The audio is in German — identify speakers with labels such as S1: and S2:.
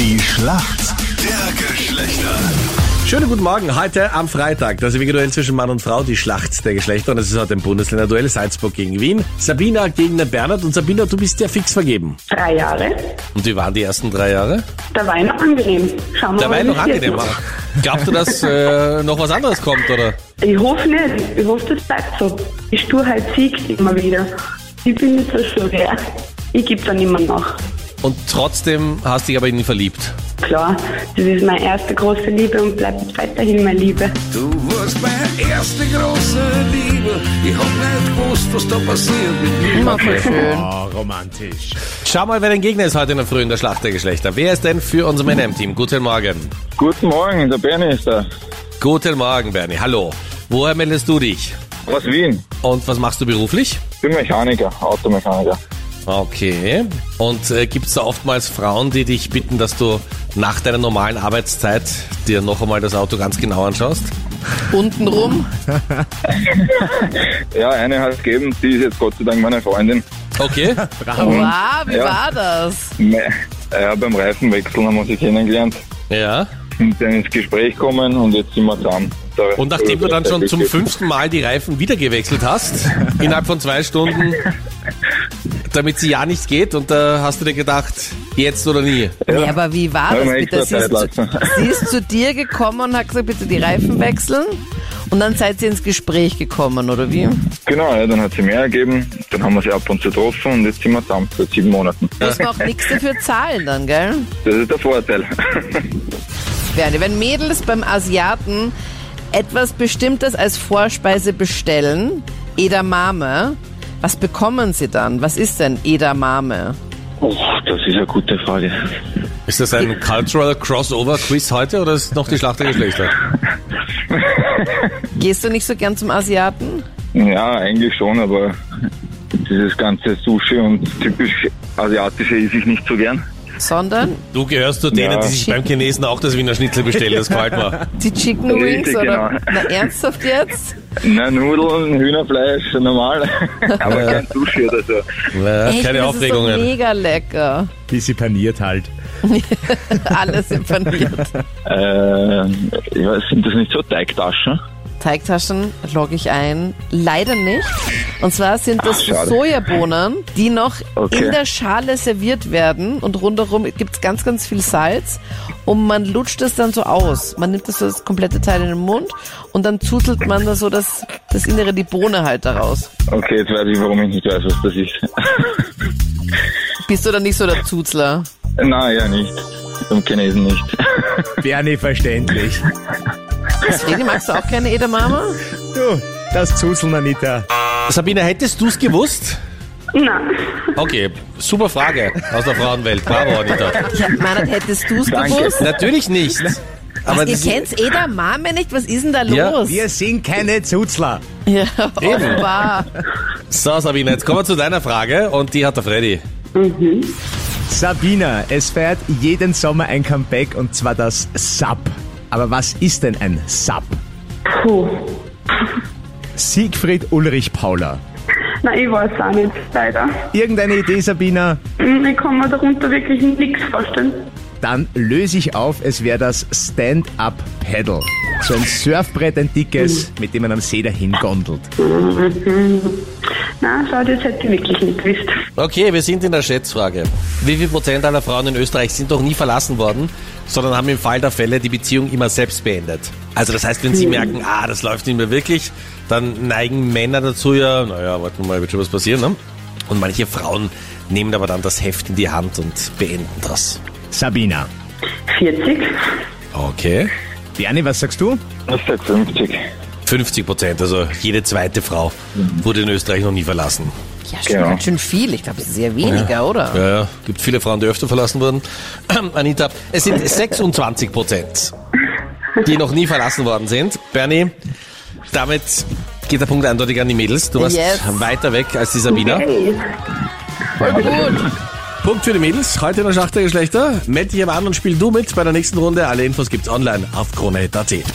S1: Schlacht der Geschlechter.
S2: Schönen guten Morgen, heute am Freitag. Das individuell zwischen Mann und Frau, die Schlacht der Geschlechter. Und es ist heute im Bundesländerduell Salzburg gegen Wien. Sabina gegen den Bernhard. Und Sabina, du bist ja fix vergeben.
S3: Drei Jahre.
S2: Und wie waren die ersten drei Jahre?
S3: Der Wein noch angenehm. Schauen wir
S2: Da war
S3: mal,
S2: ich noch
S3: wie es wird.
S2: angenehm. Glaubst du, dass äh, noch was anderes kommt, oder?
S3: Ich hoffe nicht. Ich hoffe, das bleibt so. Die Sturheit siegt immer wieder. Ich bin nicht so stur, ja. Ich gebe dann immer nach.
S2: Und trotzdem hast dich aber in ihn verliebt.
S3: Klar, das ist meine erste große Liebe und bleibt weiterhin meine Liebe.
S4: Du warst meine erste große Liebe. Ich hab nicht gewusst, was da passiert mit mir.
S5: Immer voll schön.
S6: Oh, romantisch.
S2: Schau mal, wer dein Gegner ist heute in der Früh in der Schlacht der Geschlechter. Wer ist denn für unser NM-Team? Guten Morgen.
S7: Guten Morgen, der Bernie ist da.
S2: Guten Morgen, Bernie. Hallo. Woher meldest du dich?
S7: Aus Wien.
S2: Und was machst du beruflich?
S7: Ich bin Mechaniker, Automechaniker.
S2: Okay. Und äh, gibt es da oftmals Frauen, die dich bitten, dass du nach deiner normalen Arbeitszeit dir noch einmal das Auto ganz genau anschaust?
S5: Untenrum.
S7: Ja, eine hat es gegeben, die ist jetzt Gott sei Dank meine Freundin.
S2: Okay.
S5: Wow, wie
S7: Ja.
S5: war das?
S7: Me- Ja, beim Reifenwechseln haben wir sie kennengelernt
S2: ja.
S7: und dann ins Gespräch kommen und jetzt sind wir zusammen. Da-
S2: Und nachdem du dann schon zum fünften Mal die Reifen wieder gewechselt hast, innerhalb von zwei Stunden, damit sie ja nicht geht, und da hast du dir gedacht, jetzt oder nie.
S5: Ja, nee, aber wie war
S7: Ja,
S5: das
S7: man
S5: bitte? Sie
S7: extra Zeit
S5: ist, zu,
S7: lassen.
S5: sie ist zu dir gekommen und hat gesagt, bitte die Reifen wechseln. Und dann seid ihr ins Gespräch gekommen, oder wie?
S7: Genau, ja, dann hat sie mehr ergeben, dann haben wir sie ab und zu getroffen und jetzt sind wir zusammen seit sieben Monaten.
S5: Muss man auch nichts dafür zahlen dann, gell?
S7: Das ist der Vorteil.
S5: Werde. Wenn Mädels beim Asiaten etwas Bestimmtes als Vorspeise bestellen, Edamame, was bekommen sie dann? Was ist denn Edamame?
S7: Oh, das ist eine gute Frage.
S2: Ist das ein Cultural Crossover Quiz heute oder ist noch die Schlacht der Geschlechter?
S5: Gehst du nicht so gern zum Asiaten?
S7: Ja, eigentlich schon, aber dieses ganze Sushi und typisch asiatische esse ich nicht so gern.
S5: Sondern
S2: Du gehörst zu denen,
S7: Ja.
S2: die sich beim Chinesen auch das Wiener Schnitzel bestellen, das gefällt mir.
S5: die Chicken Wings
S7: Richtig,
S5: oder?
S7: genau.
S5: Na, ernsthaft jetzt?
S7: Na, Nudeln, Hühnerfleisch, normal. Aber kein Sushi oder so.
S2: Ja,
S5: Echt,
S2: keine
S5: das Ist so
S2: Aufregungen.
S5: mega lecker.
S6: Bisschen paniert halt.
S5: Alles impaniert.
S7: Äh, ja, sind das nicht so Teigtaschen?
S5: Teigtaschen logge ich ein. Leider nicht. Und zwar sind das
S7: Ach, schade.
S5: Sojabohnen, die noch
S7: Okay.
S5: in der Schale serviert werden und rundherum gibt's ganz, ganz viel Salz und man lutscht das dann so aus. Man nimmt das, so das komplette Teil in den Mund und dann zuzelt man da so das, das Innere, die Bohne halt daraus.
S7: Okay, jetzt weiß ich, warum ich nicht weiß, was das ist.
S5: Bist du dann nicht so der Zuzler?
S7: Na ja, nicht. Zum Chinesen nicht.
S6: Bernie verständlich.
S5: Deswegen magst du auch keine Edamame?
S6: Du, das Zuseln, Anita.
S2: Sabine, hättest du's gewusst?
S3: Nein,
S2: Okay, super Frage aus der Frauenwelt. Bravo, Anita.
S5: Ja, Mann, hättest du's
S7: Danke.
S5: gewusst?
S2: Natürlich nicht. Aber
S5: Ihr
S2: das-
S5: kennt Edamame nicht? Was ist denn da
S2: Also Ja,
S5: los?
S6: Wir sind keine Zuzler.
S5: Ja, offenbar.
S2: So, Sabine, jetzt kommen wir zu deiner Frage und die hat der Freddy.
S6: Sabina, es feiert jeden Sommer ein Comeback und zwar das Sub. Aber was ist denn ein Sub?
S3: puh.
S6: Siegfried Ulrich Paula.
S3: Nein, ich weiß auch nicht, leider.
S6: Irgendeine Idee, Sabina?
S3: Hm, Ich kann mir darunter wirklich nichts vorstellen.
S6: Dann löse ich auf, es wäre das Stand-Up-Paddle. So ein Surfbrett, ein dickes, mit dem man am See dahin gondelt.
S3: Nein, Mhm. schau, das hätte ich wirklich nicht gewusst.
S2: Okay, wir sind in der Schätzfrage. Wie viel Prozent aller Frauen in Österreich sind doch nie verlassen worden, sondern haben im Fall der Fälle die Beziehung immer selbst beendet? Also das heißt, wenn sie merken, ah, das läuft nicht mehr wirklich, dann neigen Männer dazu ja, naja, warten wir mal, wird schon was passieren, ne? Und manche Frauen nehmen aber dann das Heft in die Hand und beenden das.
S6: Sabina.
S3: 40?
S2: Okay.
S6: Bernie, was sagst du?
S7: Das ist 50.
S2: 50 Prozent, also jede zweite Frau
S5: Mhm.
S2: wurde in Österreich noch nie verlassen.
S5: Ja, schon
S7: Genau.
S5: ganz schön viel. Ich glaube, es ist eher weniger, oder?
S2: Ja, ja, gibt viele Frauen, die öfter verlassen wurden. Anita, es sind 26 Prozent, die noch nie verlassen worden sind. Bernie, damit geht der Punkt eindeutig an die Mädels. Du warst
S5: Yes.
S2: weiter weg als die Sabina.
S3: Hey,
S2: Punkt für die Mädels, heute in der Schachtergeschlechter. Meld dich aber an und spiel du mit bei der nächsten Runde. Alle Infos gibt's online auf krone.at.